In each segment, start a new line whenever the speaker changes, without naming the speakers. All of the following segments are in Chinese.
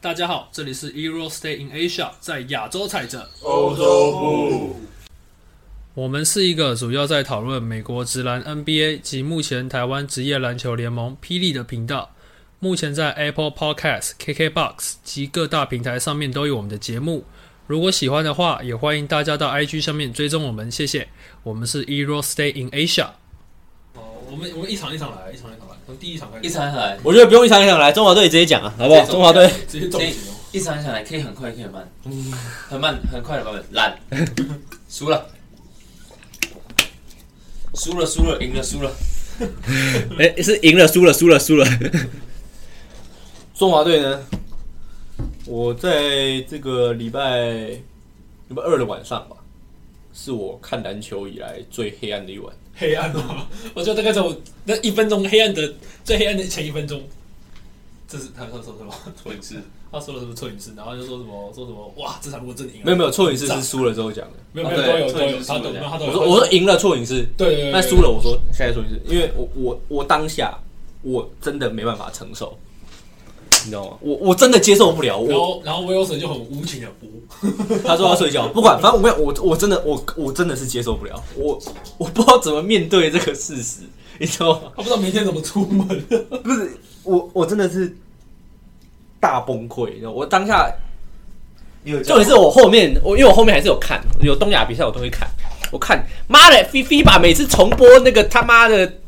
大家好，这里是 Euro Stay in Asia，在亚洲踩着。
欧洲部，
我们是一个主要在讨论美国职篮 NBA 及目前台湾职业篮球联盟霹雳的频道。目前在 Apple Podcast、KKBox 及各大平台上面都有我们的节目。如果喜欢的话，也欢迎大家到 IG 上面追踪我们，谢谢。我们是 Euro Stay in Asia。哦，我们我们一场一场来，一场一场来，从第一场开
一场一场来，
我觉得不用一场一场来，中华队直接讲啊，好不好？中华队
直接
中一场一场来，可以很快，可以很慢，很慢很快的版本，懒， 输了，输了输了，赢了输了，
哎、是赢了，输了，输了，输了。中华队呢？我在这个礼拜礼拜二的晚上吧，是我看篮球以来最黑暗的一晚。
黑暗哦， 我觉得大概在我那一分钟黑暗的最黑暗的前一分钟，这是他他说什 么？
我也是，
他说了什么错影视，然后就说什么说什么哇，这场如果真的赢
没有
了，
没有，错影师是输了之后讲的。
没
有
有没有都
对
有
错
都
影
有，
视
他都
输了
没有他都
我
有，
说我说赢了错影师，
对对对，
但
对
输了。我说现在错影师，因为我我我当下我真的没办法承受，你知道吗？我我真的接受不了，
然
我
后然后 Wilson 就很无情的补，
他说要睡觉，不管，反正我没有，我我真的我我真的是接受不了，我我不知道怎么面对这个事实，你知道吗？
他不知道明天怎么出门。
不是我我真的是大崩溃，你知道吗我当下
又
重点是我后面，我因为我后面还是有看，有东亚比赛我都会看。我看，妈的，F F 吧，每次重播那个他妈的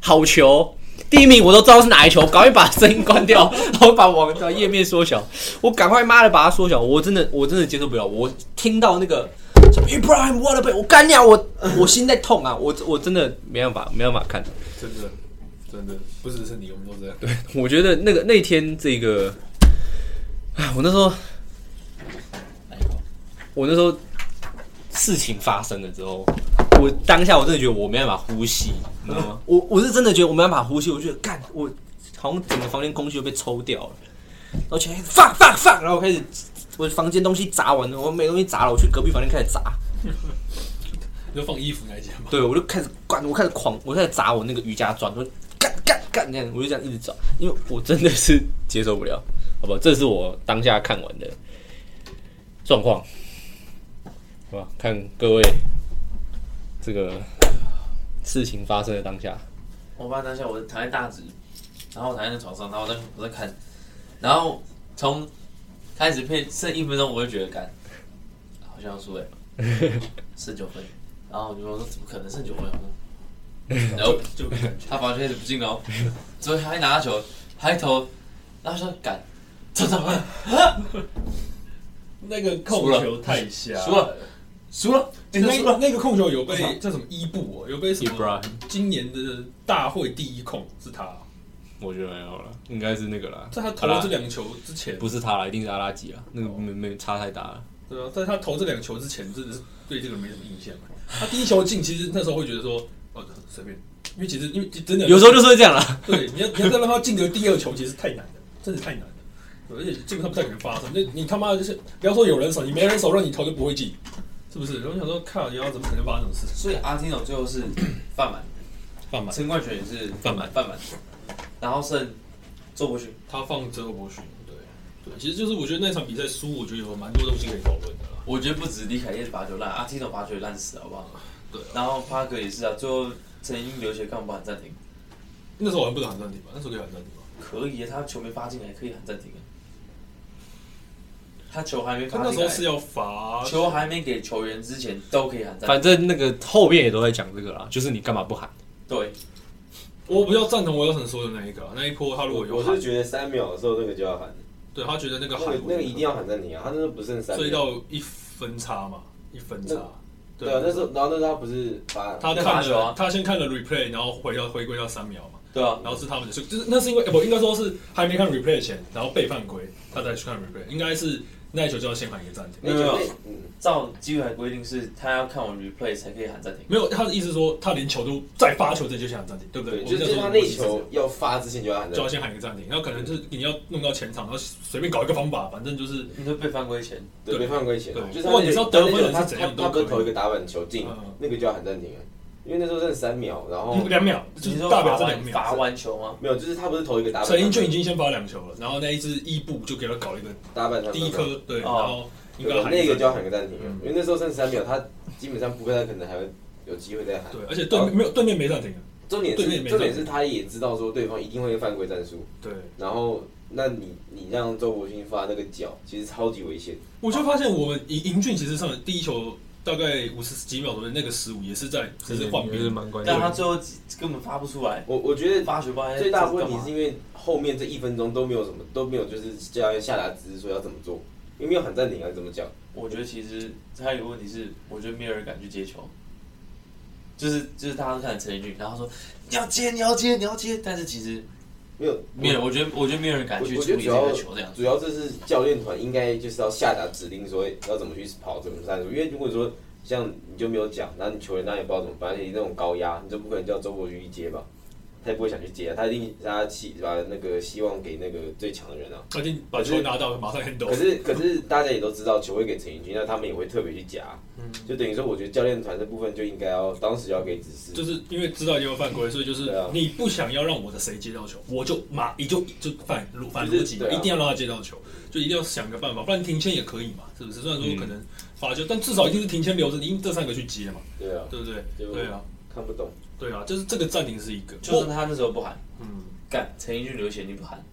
好球，第一名我都知道是哪一球，赶快把声音关掉，然后把网的页面缩小，我赶快妈的把它缩小，我真的我真的接受不了，我听到那个什么 Ibrahim w a t e b a 我干掉我我心在痛啊，我我真的没办法没办法看，
真的真的不只是你，我们都这样。
我觉得那个那天这个，哎，我那时候
哪一个
我那时候事情发生了之后，我当下我真的觉得我没办法呼吸，你知道吗？ 我我是真的觉得我没办法呼吸，我觉得干我好像整个房间空气都被抽掉了，然后全开始放放放，然后我开始我房间东西砸完了，我没东西砸了，我去隔壁房间开始砸，
你就放衣服那一件嘛，
对我就开始干，我开始狂，我开始砸我那个瑜伽砖，我就干干干这样，我就这样一直找，因为我真的是接受不了，好吧，这是我当下看完的状况，好吧，看各位这个事情发生的当下，
我爸当下我躺在大直，然后我躺在那床上，然后我在我在看，然后从开始配剩一分钟，我就觉得干，好像要输哎、剩九分，然后我就说怎么可能剩九分？ 然后
就没感觉。
他罚球一直不进哦，所以他一拿到球，他一投，然后说敢，这怎么了？
那个控球太瞎，
输了。输了，
哎
真的
那
输了。
那个控球有被这什么伊布哦，有被什么
Ibrahim？
今年的大会第一控是他哦，
我觉得没有了，应该是那个啦
在他投了这两球之前，
不是他啦，一定是阿拉吉啦，那个没没差太大了。
对啊，在他投这两球之前，真的是对这个人没什么印象。他第一球进，其实那时候会觉得说，哦，随便，因为其实因为真的
有时候就是会这样啦，
对，你要你要再让他进个第二球，其实太难了，真的太难了。对而且基本上不太可能发生，就你他妈的就是不要说有人手，你没人手让你投就不会进，是不是？然后想说，靠，你要怎么可能发生这种事？
所以阿天总 最后是犯满，
放满，
陈冠泉也是
犯满
犯满，然后剩周伯勋，
他放周伯勋，对对，其实就是我觉得那场比赛输，我觉得有蛮多东西可以讨论的啦。
我觉得不止李凯燕罚球烂，阿天总罚球也烂死了，好不好？
对啊
然后帕克也是啊，最后陈英流血干嘛不喊暂停？
那时候我还不能喊暂停吧，那时候可以喊暂停吧？
可以啊，他球没发进来，可以喊暂停啊。他球还没
他
发
那时
进
候是
来，
要罚
球还没给球员之前都可以喊暂停。
反正那个后面也都在讲这个啦，就是你干嘛不喊？
对，
我比较赞同我要成说的那一个啊、那一波他如果有
我
喊
是，觉得三秒的时候那个就要喊，
对他觉得那个
那
喊
个那个一定要喊暂停啊！他那时候不剩三
追
秒，
到一分差嘛，一分差
那。对啊，那时候然后那时候他不是把
他
那
看
罚球
了
啊，
他先看了 replay，然后回到回归到三秒嘛，
对啊，
然后是他们的，就是那是因为呃不应该说是还没看 replay 前，然后被犯规，他再去看 replay，应该是那一球就要先喊一个暂停。
那
没有
个
没有
嗯，
照基本规定是他要看完 replay 才可以喊暂停。
没有，他的意思是说他连球都再发球这就先喊暂停，对不对？
对，
我
就
们那时
是
候
他那一球要发之前就要喊
就要
暂停，
先喊一个暂停，然后可能就是你要弄到前场，然后随便搞一个方法，反正就是
你说被犯规前，
对，
对
没犯规前，
对
啊就是
不管
他
你是
那球
要得分
那球
还
他
是怎样
他
都
他不是
可以
投一个打板球进
嗯，
那个就要喊暂停啊。因为那时候剩三秒，然后
嗯两秒，就
你
是
说
大
罚
表是两
完
秒。
罚完球吗？
没有，就是他不是投一个打板，
沈英俊已经先罚两球了，然后那一支伊布就给他搞了一个
打板上
第一
上上，
颗，对，
哦
然后应
对
该喊嗯
那个就
叫
要喊个暂停了，啊因为那时候剩三秒，他基本上不会，他可能还会有机会再喊。
对，而且对面没有对面没暂停啊，
重点
对面也
是
没
重点是他也知道说对方一定会犯规战术，
对，
然后那你你让周国勋发那个脚，其实超级危险。
我就发现我们赢赢俊其实上的第一球大概五十几秒的那个失误也是在只是换
也是
边，
蛮关键
但
的。
他最后几根本发不出来，
我我觉得
发球不来
最大的问题是因为后面这一分钟都没有什么都没有，就是教练下达指示说要怎么做，因为没有喊暂停啊，怎么讲？
我觉得其实还有一个问题是，我觉得没有人敢去接球，就是就是大家都看陈奕迅，然后说你要接你要接你要接，但是其实
没有
没有，我觉得我觉得没有人敢
我
去
我
处
觉得
理
主
这
要
个球这样
主要这是教练团应该就是要下达指令说要怎么去跑怎么战术，因为如果说像你就没有讲，然后你球员那也不知道怎么办，而且你那种高压，你就不可能叫周国瑜去接吧，他也不会想去接啊，他一定他希把那个希望给那个最强的人啊。
他已经把球拿到，马上 handle
可。是可是大家也都知道球会给陈奕迅，那他们也会特别去夹，就等于说我觉得教练团这部分就应该要当时就要给指示，
就是因为知道也有犯规，所以就是
对啊
你不想要让我的谁接到球，我就马你就就反路反
就
逻
是
辑嘛，
对啊
一定要让他接到球，就一定要想个办法，不然停签也可以嘛，是不是？虽然说可能罚球，但至少一定是停签留着你这三个去接嘛，
对啊，
对不对？
就
对啊，
看不懂。
对啊，就是这个暂停是一个，
就算他那时候不喊，
嗯，
干陈奕迅流血你不喊，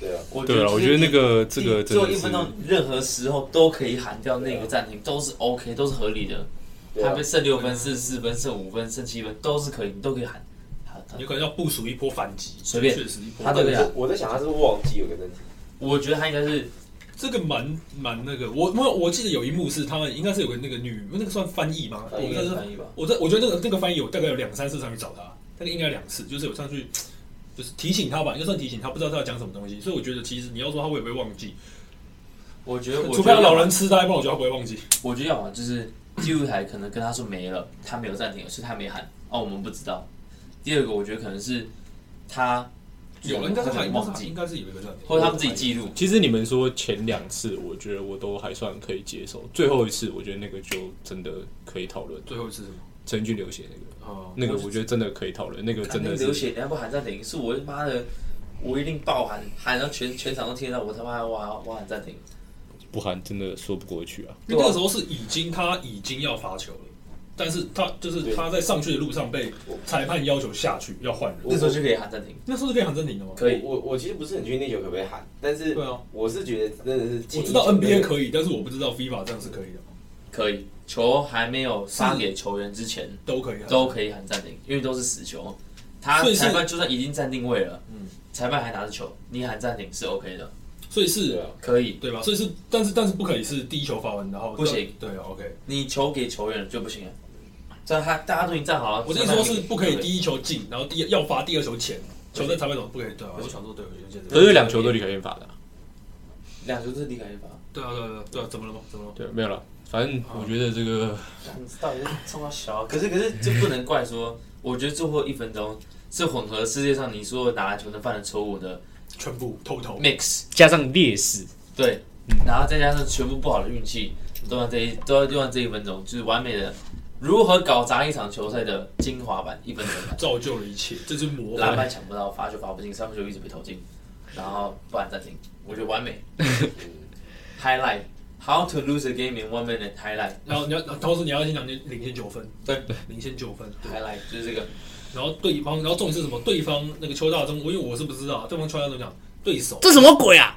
对啊，
我
对啊，我觉得那个这个真
最后
的
一
是
分，钟任何时候都可以喊掉那个暂停，都是 OK，都是合理的。
对
他
啊
被，剩六分、剩四分、剩五分、剩七分都是可以，你都可以喊。好他
你可能要部署一波反击，
随便
确实一波
他
反
都
击。
可以喊。
我在想他是不是忘记有个问题，
我觉得他应该是
这个蛮蛮那个，我我我记得有一幕是他们应该是有个那个女，那个算翻译吗？
翻译
应
应
该
该
是
是翻译吧。
我在我觉得那个那个翻译有大概有两三次上去找他，那个应该两次，就是有上去就是提醒他吧，应该算提醒他，不知道他要讲什么东西。所以我觉得其实你要说他会不会忘记，
我觉得，我
除
觉
非他
得
老人痴呆，不然我觉得他不会忘记。
我觉得要么就是记录台可能跟他说没了，他没有暂停，所以他没喊。哦，我们不知道。第二个，我觉得可能是他
有人应该是
他可能忘
忘记，
记
应，该是有一个这样，
或者他们自己记录。
其实你们说前两次，我觉得我都还算可以接受，最后一次我觉得那个就真的可以讨论。
最后一次是什么？
陈俊流血那个，
哦、
那个我觉得真的可以讨论，那个真
那
的
个流
是
血，人家不喊暂停，是我他妈的，我一定爆喊喊到全全场都听得到，我他妈我喊我喊暂停。
不含真的说不过去啊。
因为那个时候是已经他已经要罚球了。但是他就是他在上去的路上被裁判要求下去要换人，
那时候就可以喊暂停，
那时候是可以喊暂停的吗？
可以。
我我我其实不是很确定那球可不可以喊，但是
对啊
我是觉得真的是
我
进一
知
球
道 NBA
那个
可以，但是我不知道 FIBA 这样是可以的吗，
可以，球还没有发给球员之前
都可以啊喊，
都可以喊暂停，因为都是死球。他
所以是
裁判就算已经站定位了，嗯，裁判还拿着球，你喊暂停是 OK 的，
所以是
对啊
可以。
对吧？所以是，但是但是不可以是第一球罚完，然后
不行。
对，OK。
你球给球员就不行了，这样他大家都已经站好了。
我的意思说是不可以
对
第一球进，然后第要罚第二球前，
对
球在裁判手不可以。对啊，我想说对，我觉得
可是两球都离开先罚的啊、
两球都是离开一罚，
对啊，对啊，对啊对啊，怎么了吗？怎么了？
对，没有了。反正我觉得这个
干到底是冲到小啊。可是可是就不能怪说，我觉得最后一分钟是混合世界上你所有打篮球能犯的错误的
全部偷偷。
mix，
加上劣势，
对，
嗯
然后再加上全部不好的运气，都在这一都要用在这一分钟，就是完美的如何搞砸一场球赛的精华版一分钟版。
造就了一切，这是魔
篮
法。
板抢不到，罚球罚不进，三分球一直被投进，然后不然暂停，我觉得 完美。highlight how to lose a game in one minute highlight
然后你要，然后同时你要先讲你领先九分，
对，
领先九分。对，
highlight 就是这个，
然后对方，然后重点是什么？对方那个邱大中，我因为我是不知道，啊对方邱大中讲对手，
这什么鬼啊？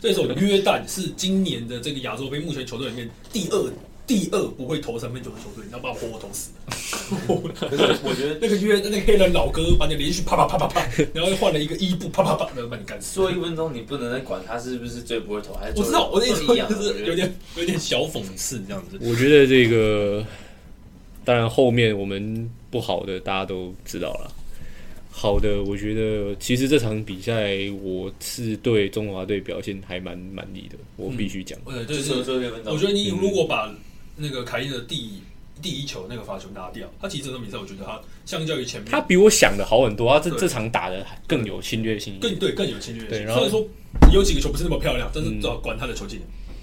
对手约旦是今年的这个亚洲杯目前球队里面第二第二不会投三分球的球队，你要把我活活投死。
可是我觉得
那个约那个黑人老哥把你连续啪啪啪啪啪，然后又换了一个伊布啪啪啪，然后把你干死。
做一分钟你不能再管他是不是最不会投还是最
我
会
知
投
道，我的意思
都一样 的
就
我觉
是
得
有点有点小讽刺这样子。
我觉得这个，当然后面我们不好的大家都知道了。好的，我觉得其实这场比赛我是对中华队表现还蛮满意的，我必须讲。
呃，
就
对
是
是，
最后一分钟，
我觉得你如果把那个凯因的第一第一球那个罚球拿掉，他其实这场比赛我觉得他相较于前
他
面
比我想的好很多，他这
对
这场打的更有侵略性一点。
更对更有侵略
对
性。
然
虽
后
然说有几个球不是那么漂亮，但是
嗯
只要管他的球进。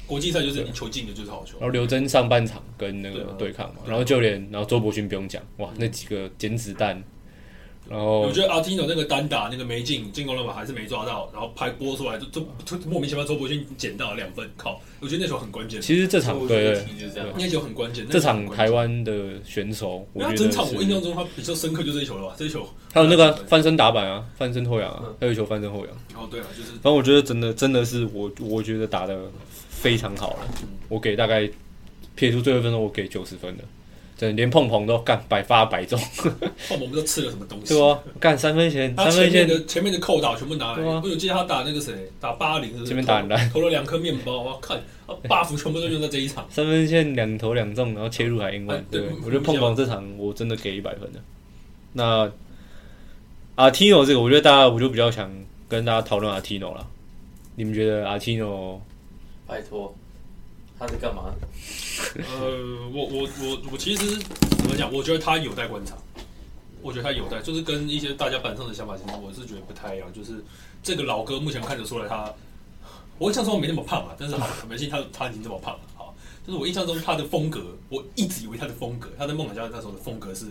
国际赛就是你球进的就是好球
然。后刘真上半场跟那
对
个
啊
对抗嘛，
对啊
然后就连然后周伯勋不用讲，哇，那几个剪子弹，然后
我觉得阿提诺那个单打那个没进，进攻篮板还是没抓到，然后拍拨出来就就就莫名其妙周伯勋捡到了两分，靠！我觉得那球很关键，
其实这场
我觉
对
得
对，
题就是这样。
那球很关键。
这
那球很
场
关
台
键，
湾的选手，我
因为他
觉得
整场我印象
是
中他比较深刻就这一球了吧，这一球。
还有那个翻身打板啊，翻身后仰啊，还有一球翻身后仰。
哦对了，就是
反正我觉得真的真的是我我觉得打的非常好了，我给大概撇出最后一分钟，我给九十分的，真的连碰碰都干百发百 中，
后我们不知道吃了什么东西。
对啊吧？干三分线，
他
三
前
分
面
线
的前面的扣打全部拿来，
对啊
我有记得他打那个谁，打八零，
前面打很烂
投了两颗面包，我看啊 buff 全部都用在这一场。
三分线两投两中，然后切入还 N
哎
完，
对
啊对
嗯
我觉得碰碰这场我真的给一百分的。那阿 t i n o 这个，我觉得大家我就比较想跟大家讨论阿 t i n o 啦。你们觉得阿 t i n o
拜托，他在干嘛？
呃，我我我我其实怎么讲？我觉得他有待观察，我觉得他有待，就是跟一些大家板上的想法，其实我是觉得不太一样。就是这个老哥目前看得出来他，我印象中没那么胖啊，但是好，没信他他已经这么胖了。好，就是我印象中他的风格，我一直以为他的风格，他在梦想家那时候的风格是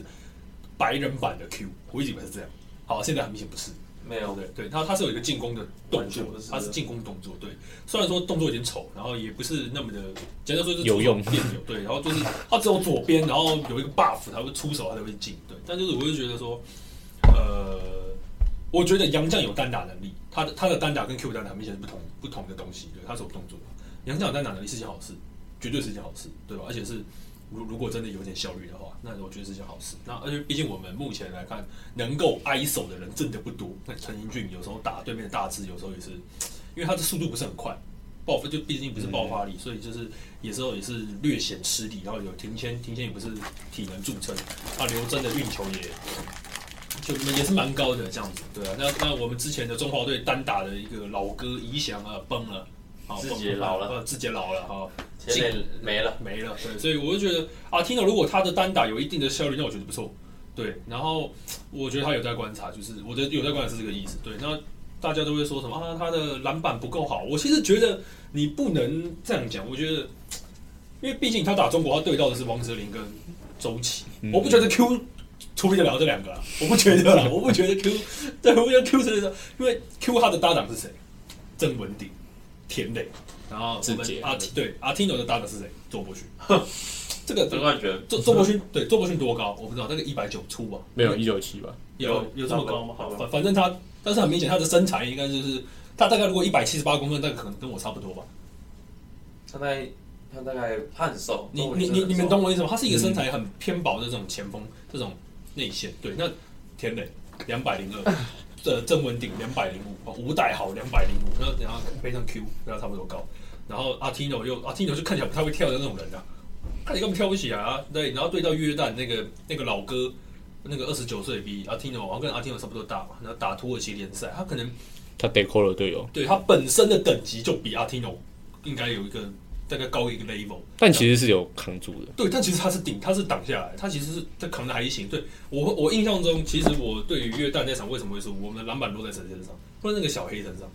白人版的 Q，我一直以为是这样。好，现在很明显不是。
没
对
有
不，对？对，他他是有一个进攻的动作
完全不，是
他是进攻动作。对，虽然说动作有点丑，然后也不是那么的，简单说就是
有用
出手变有对，然后就是他只有左边，然后有一个 buff，他会出手，他才会进。对，但就是我就觉得说，呃，我觉得杨绛有单打能力，他的他的单打跟 Q 单打明显是不同不同的东西，对，他是有动作的。杨绛有单打能力是件好事，绝对是件好事，对吧？而且是如如果真的有点效率的话，那我觉得是件好事。那而且毕竟我们目前来看，能够 i 手的人真的不多。那陈英俊有时候打对面的大字，有时候也是，因为他的速度不是很快，爆发就毕竟不
嗯
是爆发力，所以就是有时候也是略显吃力。然后有停签，停签也不是体能著称，那刘真的运球也。就也是蛮高的这样子，对啊，那那我们之前的中华队单打的一个老哥宜翔啊崩了，好
自己也老了
呃自己也老了哈，好
前面没了。
没了。对，所以我就觉得阿 t i n o 如果他的单打有一定的效率，那我觉得不错。对，然后我觉得他有在观察，就是我的有在观察是这个意思。对，那大家都会说什么啊？他的篮板不够好。我其实觉得你不能这样讲，我觉得，因为毕竟他打中国，他对到的是王哲林跟周琦，
嗯
我不觉得 Q 处理得了这两个啦，我不觉得 啦，我不觉得 Q，对，我不觉得 Q 是，因为 Q 他的搭档是谁？郑文鼎、田磊，然后我
志
们
杰
阿 T 对阿 Tino 的搭档是谁？周 伯勋。这个
总冠军
周周伯勋对周伯勋多高？我不知道，那个一百九出吧？
没有一九七吧？
有有
有
这么高吗？
差不多
反反正他，但是很明显他的身材应该就是他大概如果一百七十八公分，那个可能跟我差不多吧。
他大概他大概他很瘦，
你
中文
你
真的
你
很
你们
瘦
懂我意思吗？他是一个身材很偏薄的这种前锋，这种内线。对，那田磊两百零二，呃，郑文鼎两百零五，哦吴代豪两百零五，那然后非常 Q，跟他差不多高。然后阿 Tino 又阿 Tino 就看起来不太会跳的那种人啊，看起来根本跳不起来啊。对，然后对到约旦那个那个老哥，那个二十九岁比阿 Tino 好像跟阿 Tino 差不多大嘛，然后打土耳其联赛，他可能
他得扣了队友，
对他本身的等级就比阿 Tino 应该有一个大概高一个 level。
但其实是有扛住的。
对，但其实他是顶，他是挡下来，他其实是他扛的还行。对我，我印象中，其实我对于约旦那场为什么会输，我们的篮板落在谁身上？落在那个小黑身上。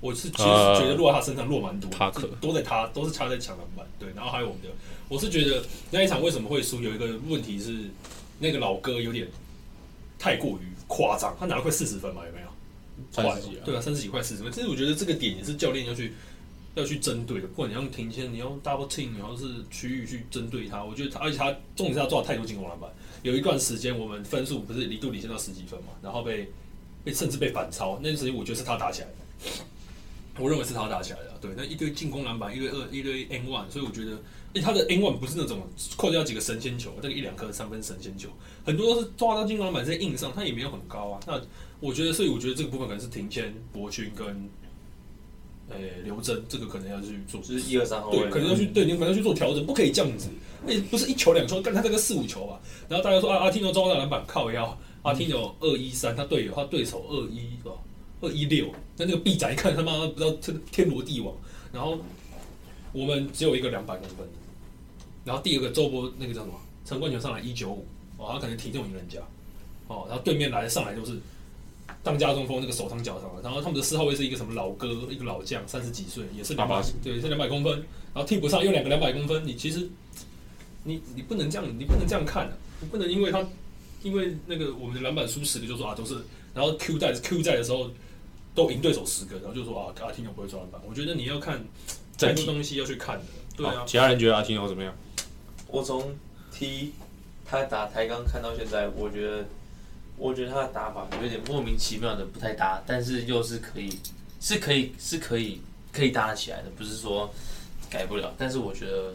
我是其实
啊
觉得落在他身上落蛮多的，
塔克
是都在他，都是他在抢篮板。对，然后还有我们的，我是觉得那一场为什么会输，有一个问题是那个老哥有点太过于夸张，他拿了快四十分嘛，有没有？
三
快
十几啊
对啊，三十几块四十分。其实我觉得这个点也是教练要去要去针对的，不管你要用停签，你要用 double team，然后是区域去针对他。我觉得他，而且他重点是他抓了太多进攻篮板。有一段时间我们分数不是一度领先到十几分嘛，然后被被甚至被反超，那段时间我觉得是他打起来的，我认为是他打起来的。对，那一堆进攻篮板，一堆二，一堆 N one，所以我觉得，而且他的 N one 不是那种扣掉几个神仙球，那个一两颗三分神仙球，很多都是抓到进攻篮板直接硬上，他也没有很高啊。那我觉得，所以我觉得这个部分可能是庭谦、博勋跟呃刘真，这个可能要去做，
就是一二三后
对，
卫，
可能要去对你可能要去做调整，不可以这样子。那不是一球两球，干他这个四五球吧。然后大家说啊，阿 t i n o 抓到篮板靠腰，阿 t i n o 二一三，他队友他对手二一吧，二一六，那那个臂展一看他妈不知道天天罗地网。然后我们只有一个两百公分，然后第二个周波那个叫什么陈冠球上来一九五，哦，他可能体重赢人家，哦，然后对面来上来就是当家中锋那个手上脚上，然后他们的四号位是一个什么老哥，一个老将，三十几岁，也是两
爸
百
爸，
对，是两百公分，然后替补上又两个两百公分，你其实你你不能这样，你不能这样看、啊，你不能因为他因为那个我们的篮板输十个就说啊都是，然后 Q 在 Q 在的时候都赢对手十个，然后就说啊阿提诺不会抓篮板，我觉得你要看
整
太
体
多东西要去看的，对
好
啊，
其他人觉得阿提诺怎么样？
我从踢他打台钢看到现在，我觉得，我觉得他的打法有点莫名其妙的不太搭，但是又是可以，是可以，是可以，可以搭得起来的，不是说改不了。但是我觉得，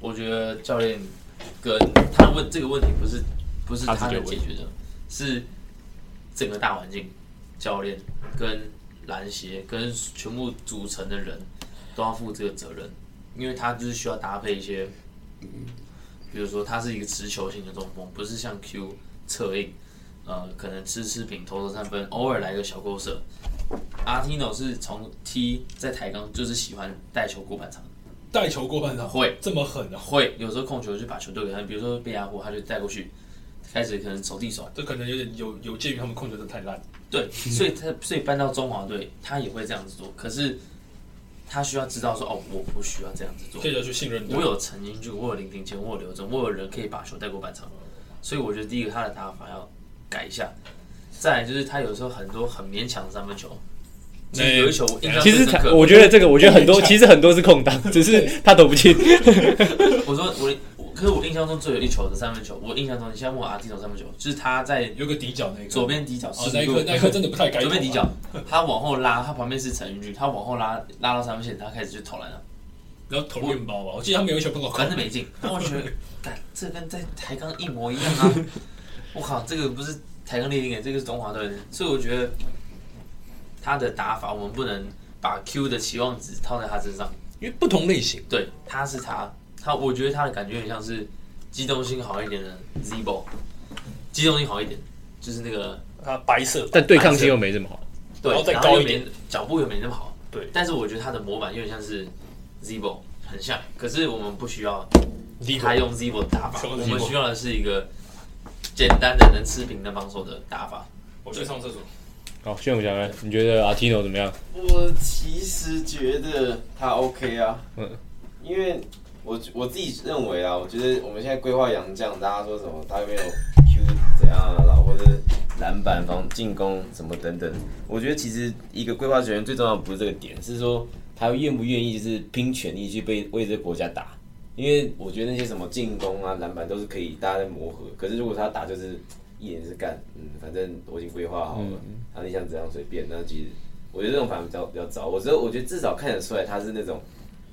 我觉得教练跟他的问这个问题不是不是
他自
他
己有
能
问
解
题
决的，是整个大环境，教练跟篮协跟全部组成的人都要负这个责任，因为他就是需要搭配一些。比如说他是一个持球型的中锋，不是像 Q 策应，呃，可能吃吃饼、投投三分，偶尔来个小勾射。阿 t i n o 是从踢在抬杠，就是喜欢带球过半场，
带球过半场
会
这么狠啊，
会有时候控球就把球丢给他，比如说被压迫，他就带过去，开始可能手递手，
这可能有点有有鉴于他们控球真的太烂。
对，所以他所以搬到中华队，他也会这样子做，可是他需要知道说，哦，我不需要这样子做，
这就去信任
我有陈英俊，我有林庭谦，我有刘忠，我有人可以把球带过半场，所以我觉得第一个他的打法要改一下，再来就是他有时候很多很勉强的三分球，其实有一球我印象
其
最
实
深
他
刻，
我觉得这个，我觉得很多，
我也看
其实很多是空档， 只是他投不进。
我说我我可是我印象中最有一球的三分球，我印象中你现在问我阿蒂诺三分球，就是他在
有个底角那个
左边底角
哦
十
那
几
一
度
刻，那一刻真的不太该。
准备底角，，他往后拉，他旁边是陈云俊，他往后拉拉到三分线，他开始去投篮了，
然后投面包啊吧。我记得他们有一球碰到
反正没进。 那我觉得，干这跟在台钢一模一样啊！我靠，这个不是台钢猎鹰欸，这个是中华队的，所以我觉得他的打法，我们不能把 Q 的期望值套在他身上。
因为不同类型，
对，他是他，他我觉得他的感觉很像是机动性好一点的 Zebo，机动性好一点，就是那个
他白色
但对抗性又没这么好。
对，
然后再
然
高
又
一点
没，脚步又没那么好。
对
但是我觉得他的模板有点像是 Zebo，很像。可是我们不需要他用 Zebo 的打法，
全
我
部是
们
Zebo
需要的是一个简单的能吃平的防守的打法。
我去上厕所。
好，炫武翔呢？你觉得阿提诺怎么样？
我其实觉得他 OK 啊，
嗯
因为我我自己认为啊，我觉得我们现在规划洋将，大家说什么他有没有 Q 怎样啊，然后或者篮板防进攻什么等等，我觉得其实一个规划球员最重要的不是这个点，是说他愿不愿意就是拼全力去被为这个国家打。因为我觉得那些什么进攻啊、篮板都是可以大家在磨合，可是如果他打就是一眼是干，嗯，反正我已经规划好了，啊，你想怎样随便，那其实我觉得这种反而比较比较早。我觉得我觉得至少看得出来他是那种，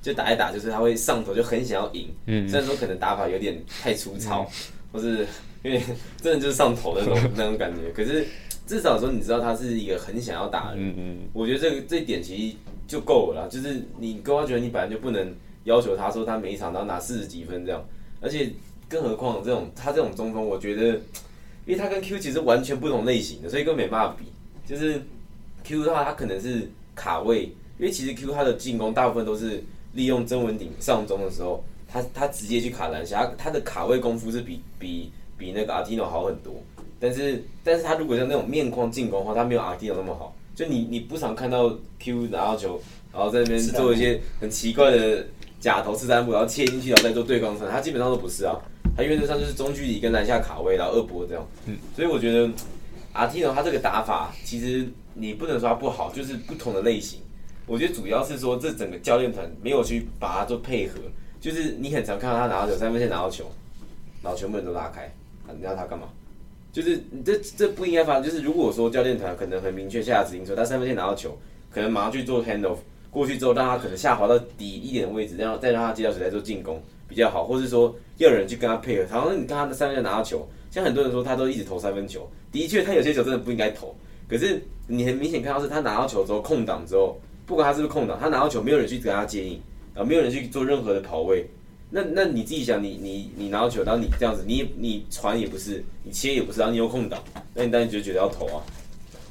就打一打就是他会上头，就很想要赢。
嗯
虽然说可能打法有点太粗糙，或是有点真的就是上头的那种那种感觉，可是至少说你知道他是一个很想要打的人。
嗯嗯，
我觉得这个这一点其实就够了啦，就是你规划觉得你本来就不能要求他说他每一场都要拿四十几分这样，而且更何况这种他这种中锋，我觉得，因为他跟 Q 其实完全不同类型的，所以根本没办法比。就是 Q 的话，他可能是卡位，因为其实 Q 他的进攻大部分都是利用曾文鼎上中的时候，他他直接去卡篮下，他他的卡位功夫是比比比那个阿蒂诺好很多。但是但是他如果像那种面框进攻的话，他没有阿蒂诺那么好。就你你不常看到 Q 拿到球，然后在那边做一些很奇怪的假头刺三步，然后切进去，然后再做对抗传，他基本上都不是啊。他原则上就是中距离跟篮下卡位，然后二波这样。所以我觉得阿提诺啊他这个打法，其实你不能说他不好，就是不同的类型。我觉得主要是说这整个教练团没有去把它做配合，就是你很常看到他拿到球，三分线拿到球，然后全部人都拉开，啊你让他干嘛？就是这这不应该发生。就是如果说教练团可能很明确下指令说，他三分线拿到球，可能马上去做 handoff，过去之后让他可能下滑到低一点的位置，然后再让他接到球再做进攻比较好，或是说要有人去跟他配合。好像你看他的三分线拿到球，像很多人说他都一直投三分球，的确他有些球真的不应该投，可是你很明显看到是他拿到球之后空档之后，不管他是不是空档，他拿到球没有人去跟他接应，啊，没有人去做任何的跑位。那那你自己想，你你你拿到球，然后你这样子，你也你传也不是，你切也不是，然后你有空档，那你当然就觉得要投啊。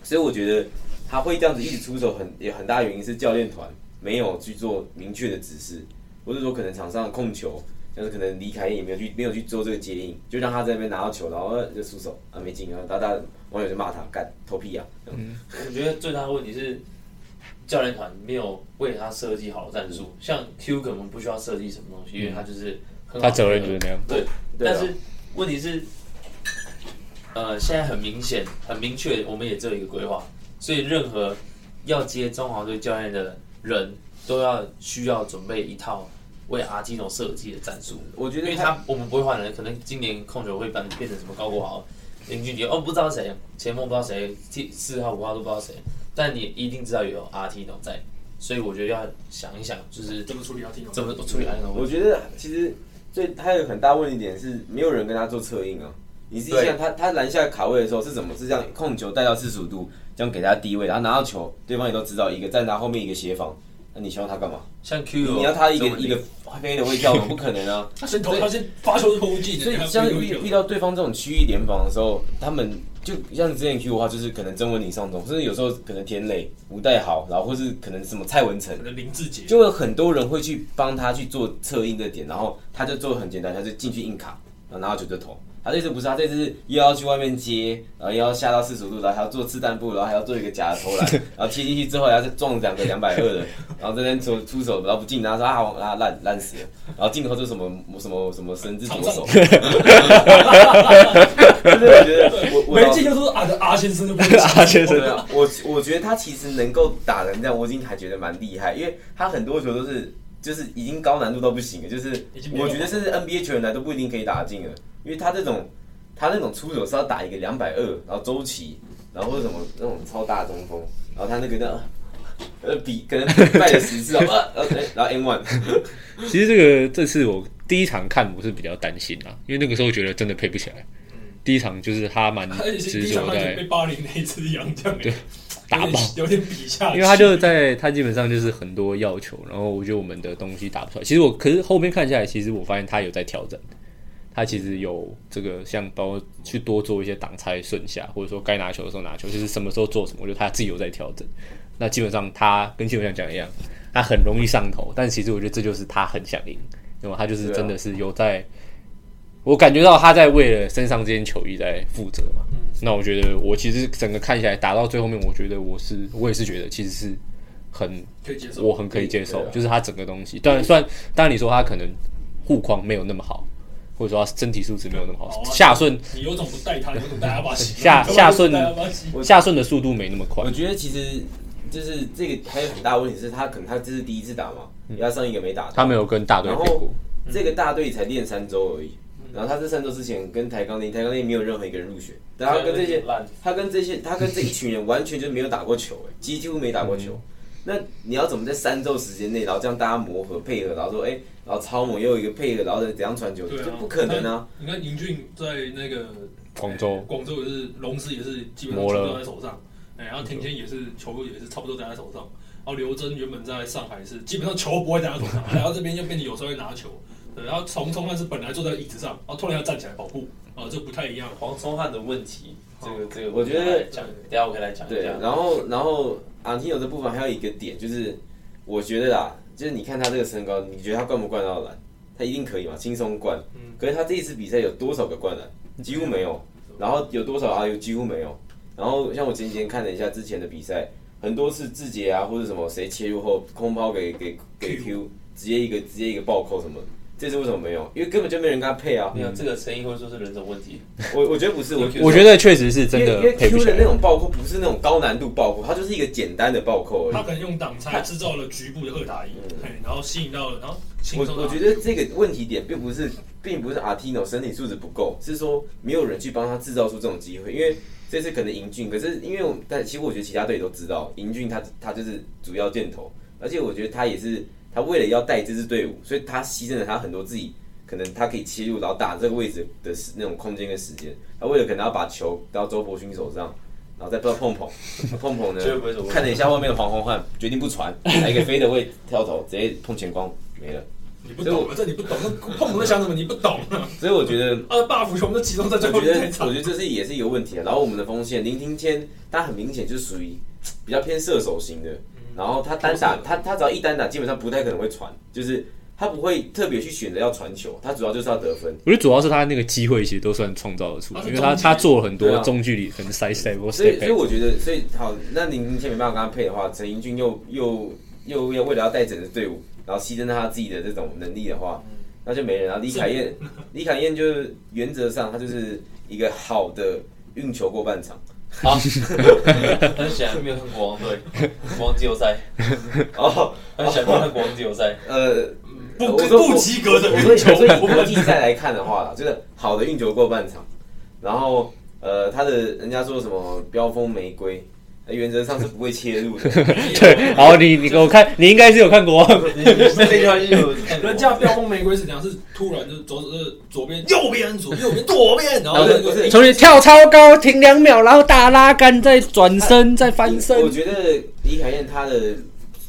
所以我觉得他会这样子一直出手很，也很大原因是教练团没有去做明确的指示，或者说可能场上的控球就是可能李凯燕也没有去没有去做这个接应，就让他在那边拿到球，然后呃就出手啊没进啊，然后大家网友就骂他干头屁啊，这样
我觉得最大的问题是教练团没有为他设计好战术。像 Q 可能不需要设计什么东西，因为他就是很好
他责任就是那样。
对，
对啊
但是问题是，呃，现在很明显、很明确，我们也只有一个规划，所以任何要接中华队教练的人都要需要准备一套为阿基诺设计的战术。
我觉
因
得
为他我们不会换人，可能今年控球会变变成什么高国豪、林俊杰哦，不知道谁，前锋不知道谁，替四号五号都不知道谁，但你一定知道有 RT 农在，所以我觉得要想一想，就是
怎么处理要听
怎么处理 RT
我
农。
觉得其实最他有很大问题点是没有人跟他做策应啊。你自己
对
想他他拦下卡位的时候是怎么是这样控球带到四十五度，这样给他低位，然后拿到球，对方也都知道一个站他后面一个协防，那你希望他干嘛？
像 Q，
你要他一个一个飞的位跳吗？不可能啊！
他先投，他先发球是投不进的，
所以
他不
像
会
遇
有
遇到对方这种区域联防的时候，他们就像之前 Q 的话，就是可能曾文鼎上中，甚至有时候可能田磊、吴代豪，然后或是可能什么蔡文成
可，能林志杰
就有很多人会去帮他去做策应的点，然后他就做得很简单，他就进去硬卡，然后拿到球就投。他这次不是，他这次是又要去外面接，然后又要下到四十度，然后还要做刺弹步，然后还要做一个假的投篮，然后切进去之后，然后再撞两个两百二 的，然后这边出出手，然后不进，然后说啊我啊烂 烂死了，然后进后就什么什么什么神之左手， 真的我觉得我我
没进就是阿的阿先生就不会
阿先生
对啊，我我觉得他其实能够打成这样，我已经还觉得蛮厉害，因为他很多球都是就是已经高难度到不行了，就是
已经没有
我觉得甚至 NBA 球员来都不一定可以打得进了，因为他这种他那种出手是要打一个两百二，然后周琦，然后或者什么那种超大中锋，然后他那个那。呃，比可能比败了十次 哦，啊然后哎然后 N one，
其实这个这次我第一场看我是比较担心啊，因为那个时候觉得真的配不起来。第一场就是 他蛮
而且是
执
第一场
着
半
在
被巴林那一次杨绛给
打爆，
有点比下去，
因为他就在他基本上就是很多要求，然后我觉得我们的东西打不出来。其实我可是后面看下来，其实我发现他有在调整，他其实有这个像包括去多做一些挡拆顺下，或者说该拿球的时候拿球，就是什么时候做什么，我觉得他自己有在调整。那基本上他跟基本上讲一样，他很容易上头，但其实我觉得这就是他很想赢，那么他就是真的是有在，我感觉到他在为了身上这件球衣在负责嘛。
嗯
那我觉得我其实整个看起来打到最后面，我觉得我是我也是觉得其实是很
可以接受。
我很可以接受
对，啊
就是他整个东西。当然，虽然当然你说他可能护框没有那么好，或者说他身体素质没有那么
哦
好
好，
啊
下顺
你有种不带他，你有种带阿巴西，
下下顺
带阿巴西
下顺的速度没那么快
我。觉得其实就是这个还有很大的问题是他可能他这是第一次打嘛，
嗯
因为他上一个没打到，
他没有跟大队
然
配过
后，这个大队才练三周而已，
嗯
然后他这三周之前跟台钢练，台钢练没有任何一个人入选，但他跟这些
烂，
他跟这些他跟这一群人完全就没有打过球、哎，几乎没打过球。
嗯
那你要怎么在三周时间内，然后这样大家磨合配合，然后说哎、然后超模又有一个配合，然后再怎样传球，
对啊
这不可能啊！
你看宁俊在那个
广州
广州也是龙狮也是基本上
磨
球
了
都在手上，哎，然后庭谦也是球也是差不多在他手上，然后刘真原本在上海是基本上球不会在他手 上，来到这边又变得有时候会拿球，对，然后从从但是本来坐在椅子上，然后突然要站起来跑步，啊，这不太一样。
黄宗汉的问题，这个这个
我觉得
讲，等一下我可以来讲一
对
下，。
然后然后阿基诺这部分还有一个点就是，我觉得啦，就是你看他这个身高，你觉得他灌不灌到篮？他一定可以嘛，轻松灌。可是他这一次比赛有多少个灌篮？几乎没有。然后有多少啊？有几乎没有。然后像我前几天看了一下之前的比赛，很多是志杰啊或者什么谁切入后空抛给给给 Q，直接一个直接一个暴扣什么的。这次为什么没有？因为根本就没人跟他配啊
没！有这个声音会说是人种问题，
我我觉得不是，我
我觉得确实是真
因为
的
因为
配不
Q
起
的
来
那。种暴扣不是那种高难度暴扣，它就是一个简单的暴扣而已
他。可能用挡拆制造了局部的二打一，嘿哎然后吸引到了，然后轻
我
松。
我觉得这个问题点并不是，并不是阿提诺身体素质不够，是说没有人去帮他制造出这种机会。因为这次可能银俊，可是因为我们但其实我觉得其他队都知道，银俊他他就是主要箭头，而且我觉得他也是他为了要带这支队伍，所以他牺牲了他很多自己可能他可以切入，然后打这个位置的时那种空间跟时间。他为了可能要把球到周伯勋手上。然后再碰碰碰，碰碰 呢
绝对不会是我
看了一下外面的黄宏汉，决定不传，来一个飞的位跳投，直接碰前光没了。
你不懂啊，这你不懂，那碰碰在想什么？你不懂啊！
所以我觉得，
他的 buff 全部都集中在
我
最
觉
后一
得，我觉
台
得
场，
这是也是一个问题啊。然后我们的锋线林庭谦，他很明显就是属于比较偏射手型的，然后他单打，他他只要一单打，基本上不太可能会传，就是他不会特别去选择要传球，他主要就是要得分。
我觉得主要是他那个机会其实都算创造得出来，因为他他做了很多中距离可能 side step 或
啊所以
step
所以
back，
我觉得，所以好，那林明谦没办法跟他配的话，陈英俊又又又要为了要带整支队伍，然后牺牲他自己的这种能力的话，那就没人啊。李凯燕，李凯燕就是原则上他就是一个好的运球过半场。
好，很显然没有看国王队，国王季后赛，
哦，
很显然没有看国王季后 赛。
呃，
不
我说
不及格的
我
运
说
球
所以
过
国
半
际赛来看的话啦，就是好的运球过半场，然后呃，他的人家说什么飙风玫瑰，呃原则上是不会切入的。
对，然后你你我看你应该是有看 国王，
这句话就是
人家飙风玫瑰是怎样？是突然就左呃左边右边左右边左边，然后
不是
那
不
个
是
从你跳超高，停两秒，然后大拉杆，再转身，再翻
我
身。
觉得李凯燕她的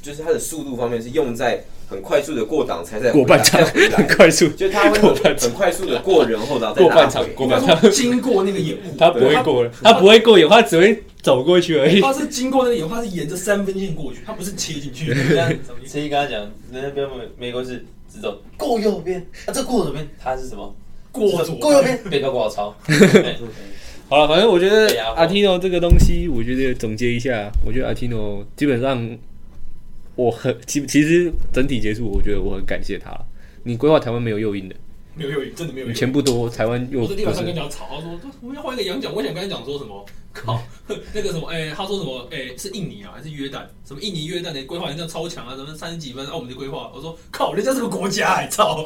就是她的速度方面是用在很快速的过挡才在
过半场很 快速，
就他会
过
很
半
很
场
快速的过人后，然后再
过
拉
半场
回
过
应该
半场
说经过那个掩护，
他不会过了，他不会过眼，他只会走过去而已。
他是经过那个掩护，他是沿着三分线过去，他不是切进去。
人家陈毅跟他讲，人家标美美国是只走过右边，啊这过左边，他是什么？
过
是
左
过右边，被高过好 超。对
好了，反正我觉得
对啊我
阿提诺这个东西，我觉得总结一下，我觉得阿提诺基本上我很其其实整体结束，我觉得我很感谢他了。你规划台湾没有诱因的，
没有用，真的没有
你
用。
钱不多，台湾又
我
不
在
是
地板上跟你讲吵，他说我们要换一个洋奖，我想跟你讲说什么？靠， 那个什么，哎、他说什么？哎、是印尼啊，还是约旦？什么印尼、约旦的规划人家超强啊，什么三十几分，啊，我们的规划，我说靠，人家是个国家、哎操！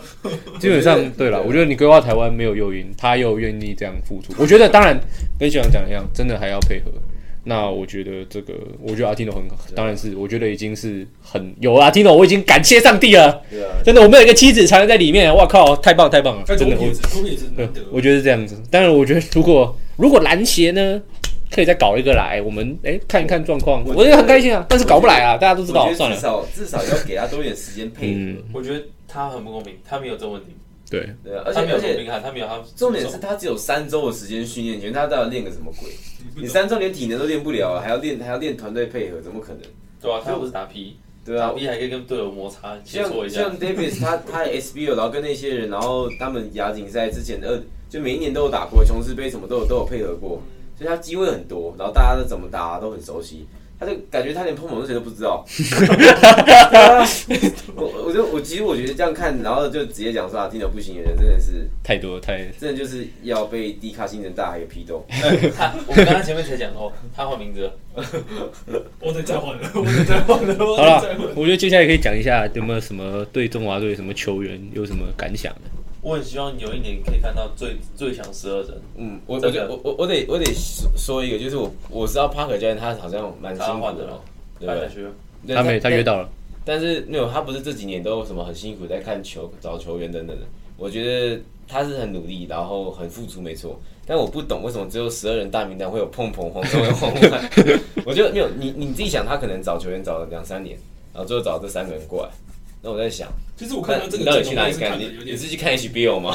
基本上对了，我觉得你规划台湾没有诱因，他又愿意这样付出，我觉得当然跟学长讲的一样，真的还要配合。那我觉得这个，我觉得阿提诺很，当然是我觉得已经是很有阿提诺，我已经感谢上帝了，
对啊，
真的，我们有一个妻子藏在里面，哇靠，太棒太棒了，
哎，
真
左
的，我
撇子，左撇子
对
难得，。
我觉得是这样子。当然，我觉得如果如果篮协呢，可以再搞一个来，我们哎、看一看状况，
我
我觉得很开心啊。但是搞不来啊，大家都知
我
道，
觉
算
得至
了。
少至少要给他多一点时间配合
嗯，，
我觉得他很不公平，他没有这问题，
对，
对啊，而且
他没有
而
这么
且
厉害，他没有他
重点是他只有三周的时间训练，你觉得他到底练个什么鬼？你三周连体能都练不了啊，还要练还要练团队配合，怎么可能？
对啊，他又不是打 P，
对
打
啊，
P 还可以跟队友摩擦切磋
像
一下
像。Davis 他他 SBL，然后跟那些人，然后他们亚锦赛之前的二，就每一年都有打过，琼斯杯什么都有都有配合过，所以他机会很多，然后大家都怎么打都很熟悉。他就感觉他连碰碰是谁都不 知道，对啊我我就我其实我觉得这样看，然后就直接讲说啊，听了不行的人真的是
太多太
真的就是要被低卡星人大海给批斗。
他我们刚刚前面才讲哦，他换名字了，
我得再换了，我得再换了，我
好
得再
了
换。了。。
我觉得接下来可以讲一下有没有什么对中华队什么球员有什么感想的？
我很希望有一年可以看到最最强十二人，
嗯，我我
真
觉
的
得我我我得我得说说一个，就是我我知道帕克教练他好像蛮辛
他
苦
换的
的
了
嘛，，对
他
不
在
对
学院，
对？
他没，他约到了。
但是没有，他不是这几年都有什么很辛苦在看球、找球员等等的。我觉得他是很努力，然后很付出，没错。但我不懂为什么只有十二人大名单会有碰碰、黄忠跟黄宏 汉。我觉得没有，你你自己想，他可能找球员找了两三年，然后最后找这三个人过来。那我在想，
其实我看
那
到这
你
个
到底
镜
去
头
哪
我
里
是看
看？
的
你
有
你
点
是去看 HBO 吗？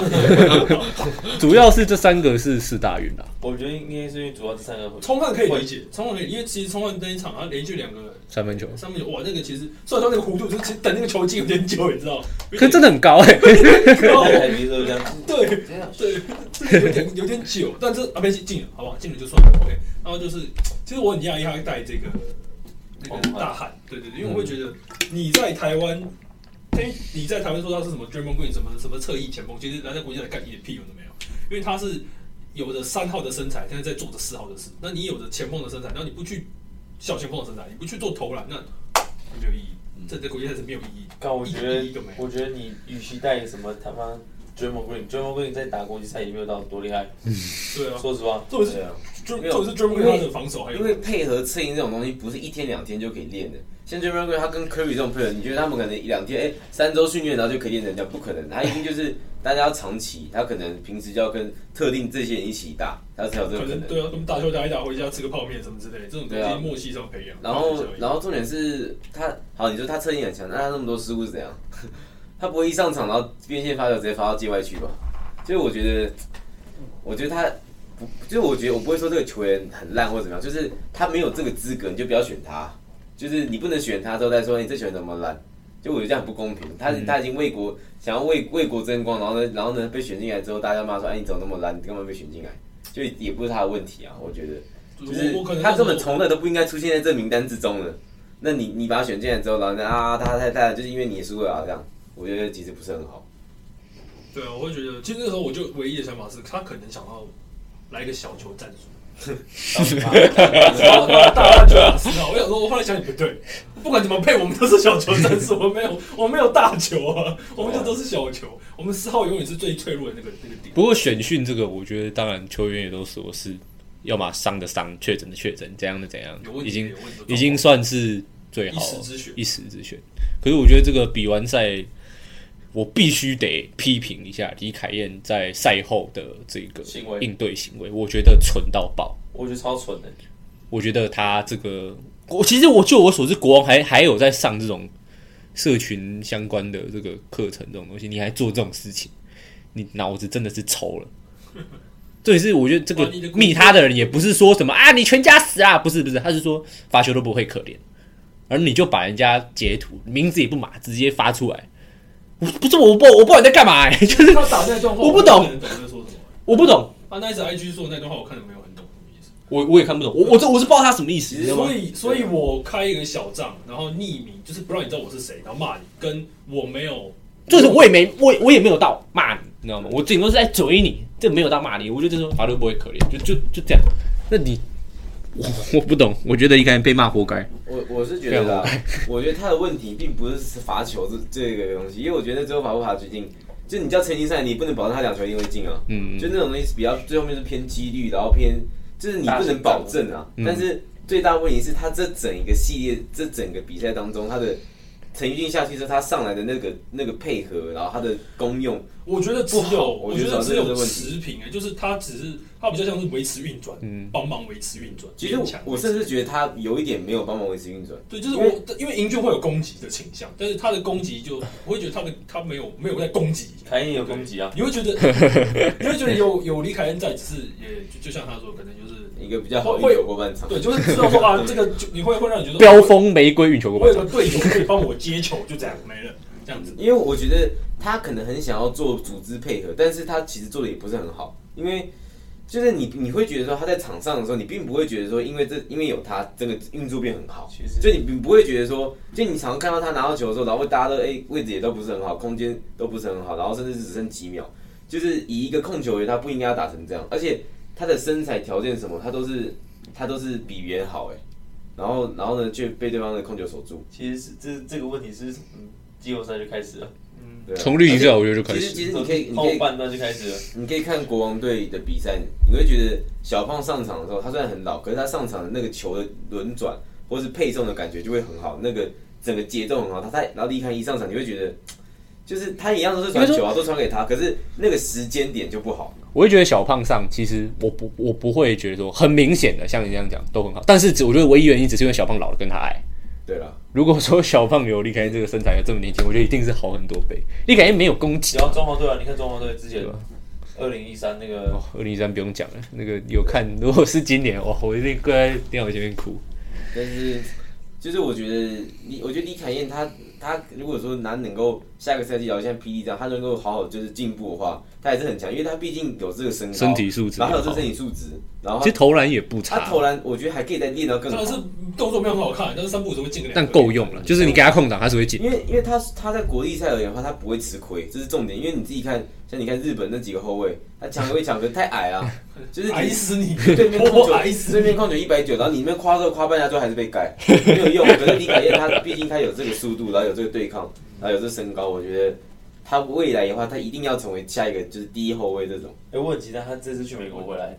主要是这三个是四大运啊啦，
我觉得应该是因为主要这三个会
冲浪可以理解，冲浪可以，因为其实冲浪那一场，他连续两个
三分球，
嗯
三分球，哇，那个其实虽然说那个弧度，就是其实等那个球进有点久，你知道吗？
可是真的很高哎、
嗯
台皮都这样，
对
这样
对，这个有 点有点久，但这啊没进了，好不好？进了就算了，OK。然后就是，其实我很讶异他带这个那个大汉，对对对，因为我会觉
嗯
得你在台湾，哎，你在台湾说他是什么 Draymond Green 什么什么侧翼前锋，其实来在国际来看一点屁用都没有，因为他是有着三号的身材，现在在做着四号的事，那你有着前锋的身材，然后你不去小前锋的身材，你不去做投篮，那没有意义。
嗯
这在国际赛是没有意义的，
但我觉
一个
得
没有，
我觉得你与其带什么他妈 Draymond Green，Draymond Green 在打国际赛也没有到多厉害，
对啊。
说实话，
这不是
对啊，
就
没有
就是 Draymond Green 他的防守，还有
因为配合策应这种东西不是一天两天就可以练的。像 j a m a 他跟 Curry 这种配合，你觉得他们可能一两天，哎、三周训练然后就可以练成这样？不可能，他一定就是大家要长期，他可能平时就要跟特定这些人一起打，他才有这个
可
可
能
能。
对啊，我们打球打一打，回家吃个泡面什么之类的，这种东
对啊
西默契上培养。
然后，然
后
后重点是他，好，你说他策应很强，那他那么多失误是怎样？ 他不会一上场，然后边线发球直接发到界外去吧？所以我觉得，我觉得他不，就是我觉得我不会说这个球员很烂或怎么样，就是哎他没有这个资格，你就不要选他。就是你不能选他之后再说，你、这球员怎么烂？就我觉得这样很不公平。他他已经为国想要为为国争光，然后呢，然后呢被选进来之后，大家骂说：“哎，你怎么那么烂？你干嘛被选进来？”就也不是他的问题啊，我觉得。就是
我我可能
他根本
那时候
从来都不应该出现在这名单之中的。那你你把他选进来之后，然后呢啊，他太太就是因为你也输了啊，这样我觉得其实不是很好。
对啊，我会觉得，其实那时候我就唯一的想法是，他可能想要来一个小球战术，然后大大球打四号。我想说，我后来想也不对，不管怎么配，我们都是小球战术，我没有我没有大球啊，我们就都是小球，我们四号永远是最脆弱的那个那个点。
不过选训这个，我觉得当然球员也都说是，要么伤的伤，确诊的确诊，怎样的怎样
有，问
已
题的
经
有问题的
已经算是最好
一时
了
之选
一时之选。可是我觉得这个比完赛，我必须得批评一下李凯燕在赛后的这个
行为
应对行为，我觉得蠢到爆。
我觉得超蠢的。
我觉得他这个，我其实我就我所知，国王还还有在上这种社群相关的这个课程这种东西，你还做这种事情，你脑子真的是抽了。 这也是我觉得这个
哇你的故事
密他的人也不是说什么啊，你全家死啊，不是不是，他是说发球都不会可怜，而你就把人家截图名字也不码，直接发出来，我不是我不我不管你在干嘛、 欸，就是
他打那段话，
我不
懂
懂，
懂在说什么。
我不懂，
他那一次 IG 说的那段话，我看了没有很懂什么意思。
我我也看不懂，我我这我是不知道他什么意思，你知道吗
所以，所以我开一个小账，然后匿名，就是不让你知道我是谁，然后骂你，跟我没有
就是我也没我也我也没有到骂你，你知道吗？我顶多是在嘴你，这没有到骂你。我觉得这种法律不会可怜，就就就这样。那你我我不懂，我觉得应该被骂活该。
我我是觉得啦， 我觉得他的问题并不是罚球这这个东西，因为我觉得最后罚不罚决定，就你叫陈金赛，你不能保证他两球一定会进啊。
嗯
就那种东西是比较最后面是偏几率，然后偏就是你不能保证啊。
嗯
但是最大问题是他这整一个系列，这整个比赛当中，他的陈奕迅下去之后，他上来的那个那个配合，然后他的功用，
我觉得只
不
有，
好
我
我
觉
觉
得
得
只
这
有
个是
持平哎，就是他只是他比较像是维持运转，
嗯
帮忙维持运转。
其实
勉
我
强
我甚至觉得他有一点没有帮忙维持运转。
对，就是我因为英俊会有攻击的倾向，但是他的攻击就我会觉得他的他没有没有在攻击，
凯燕有攻击啊，
你会觉得 你会觉得有有李凯恩在，只是也就就像他说，可能就是
一个比较好的
会
球过半场，
对，就是知道说啊，这个就你会会让你觉得
标风玫瑰运球过
我
半
有
场
个，队友可以帮我接球，就这样没了，这样子。
因为我觉得他可能很想要做组织配合，但是他其实做的也不是很好，因为就是你你会觉得说他在场上的时候，你并不会觉得说因为这因为有他这个运作变很好，
其实
所以你并不会觉得说，就你常常看到他拿到球的时候，然后大家都哎、位置也都不是很好，空间都不是很好，然后甚至只剩几秒，就是以一个控球员他不应该要打成这样，而且他的身材条件什么他都是他都是比别人好哎、然后然后呢却被对方的控球守住，
其实是这这个问题是嗯季后赛就开始了，
对啊
从绿营之后我觉得就开
其实其
始。
实你可以你
后
可以
半段就开始了。
你可以看国王队的比赛，你会觉得小胖上场的时候，他虽然很老，可是他上场的那个球的轮转或是配送的感觉就会很好，那个整个节奏很好。他他然后李凯一上场，你会觉得就是他一样都是传球啊，都传给他，可是那个时间点就不好。
我会觉得小胖上，其实我不我不会觉得说很明显的，像你这样讲都很好。但是只我觉得唯一原因只是因为小胖老了跟他矮。
对了，
如果说小胖有李凯燕这个身材有这么年轻，我觉得一定是好很多倍。李凯燕没有攻击
只，要中华队啊，你看中华队之前
对吧
二零一三那个
哦，二零一三不用讲了，那个有看，如果是今年，哇，我一定跪在电脑前面哭。
但是就是我觉得李，我觉得李凯燕他他如果说他能够下个赛季，然后像 PD 这样，他能够好好就是进步的话，他还是很强，因为他毕竟有这个身高、
身体素质
然后有这
也好
身体素质，然后
其实投篮也不差，
他啊投篮，我觉得还可以再练到更
当
好
然。是动作没有很好看，但是三步走会进个两个。
但够用了，就是你给他空档，他是会进。
因为因为他他在国际赛而言的话，他不会吃亏，这是重点。因为你自己看，像你看日本那几个后卫，他抢归抢，可是太 矮啊，就是
矮
你
死你，
对面控
我
球
矮死
对
你
面。控球一百九，然后你那边夸这夸半下，最后还是被盖，没有用。可是李凯燕他毕竟他有这个速度，然后有这个对抗，然后有这身高，我觉得他未来的话，他一定要成为下一个就是第一后卫这种。
哎，我很期待他这次去美国回来，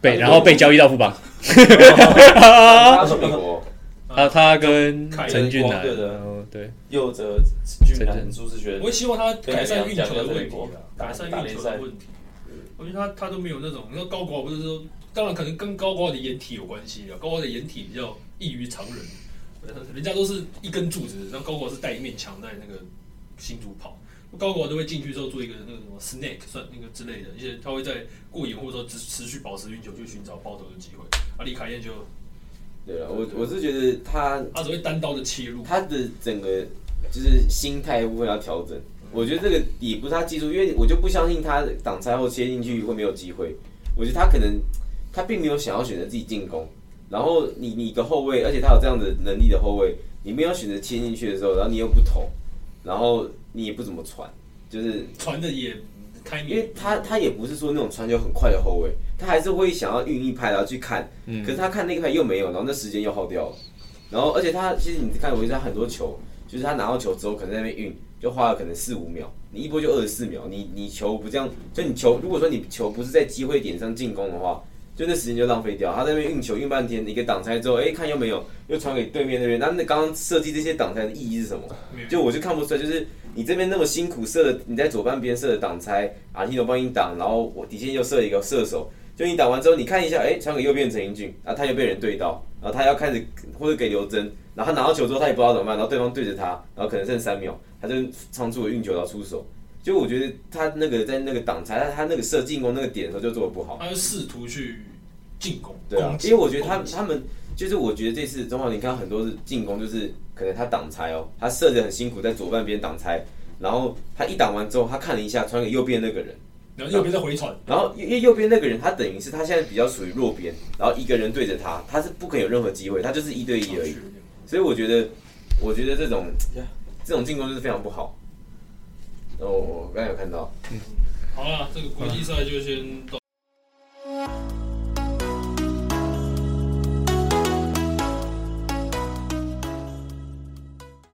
被然后被交易到副帮，
啊
他去美国，
他他跟
凯
陈俊南，
光对的
然后对，
右哲、俊南、朱志轩
我，也希望他改善运球的问题啊，改善运球的问题。我觉得他他都没有那种，你说高国豪不是说，当然可能跟高国豪的掩体有关系啊，高国豪的掩体比较异于常人，呃人家都是一根柱子，然后高国豪是带一面墙在那个新竹跑。高国豪都会进去之后做一个那个什么 snake 算那个之类的，而且他会在过掩护的时候持持续保持运球去寻找爆头的机会。啊，李凯燕就
啊对了，我我是觉得他
他只会单刀的切入，
他的整个就是心态的部分要调整。我觉得这个也不是他技术，因为我就不相信他挡拆后切进去会没有机会。我觉得他可能他并没有想要选择自己进攻，然后你你的后卫，而且他有这样的能力的后卫，你没有选择切进去的时候，然后你又不投，然后你也不怎么传，就是
传的也开
因
明
为，他他也不是说那种传球很快的后卫，他还是会想要运一拍然后去看，可是他看那个拍又没有，然后那时间又耗掉了，然后而且他其实你看，我觉得他很多球，就是他拿到球之后可能在那边运，就花了可能四五秒，你一波就二十四秒，你你球不这样，就你球如果说你球不是在机会点上进攻的话，就那时间就浪费掉，他在那边运球运半天，一个挡拆之后，哎、看又没有，又传给对面那边，那那刚刚设计这些挡拆的意义是什么？就我就看不出来，就是你这边那么辛苦射的，你在左半边射的挡拆，阿提诺帮你挡，然后我底线又射一个射手，就你挡完之后，你看一下，哎、传给右边陈英俊，然后他又被人对到，然后他要开始或者给刘真，然后他拿到球之后，他也不知道怎么办，然后对方对着他，然后可能剩三秒，他就仓促的运球然后出手，就我觉得他那个在那个挡拆，他他那个射进攻那个点的时候就做的不好，
他就试图去进攻，
对啊
攻，击
因为我觉得他
攻击
他们就是我觉得这次中华，你看很多是进攻，就是可能他挡拆哦，他射的很辛苦，在左半边挡拆，然后他一挡完之后，他看了一下传给右边那个人，
然后右边再回传，
然后因为右边那个人他等于是他现在比较属于弱边，然后一个人对着他，他是不可能有任何机会，他就是一对一而已，所以我觉得我觉得这种这种进攻就是非常不好。哦，我刚才有看到，
好了，这个国际赛就先到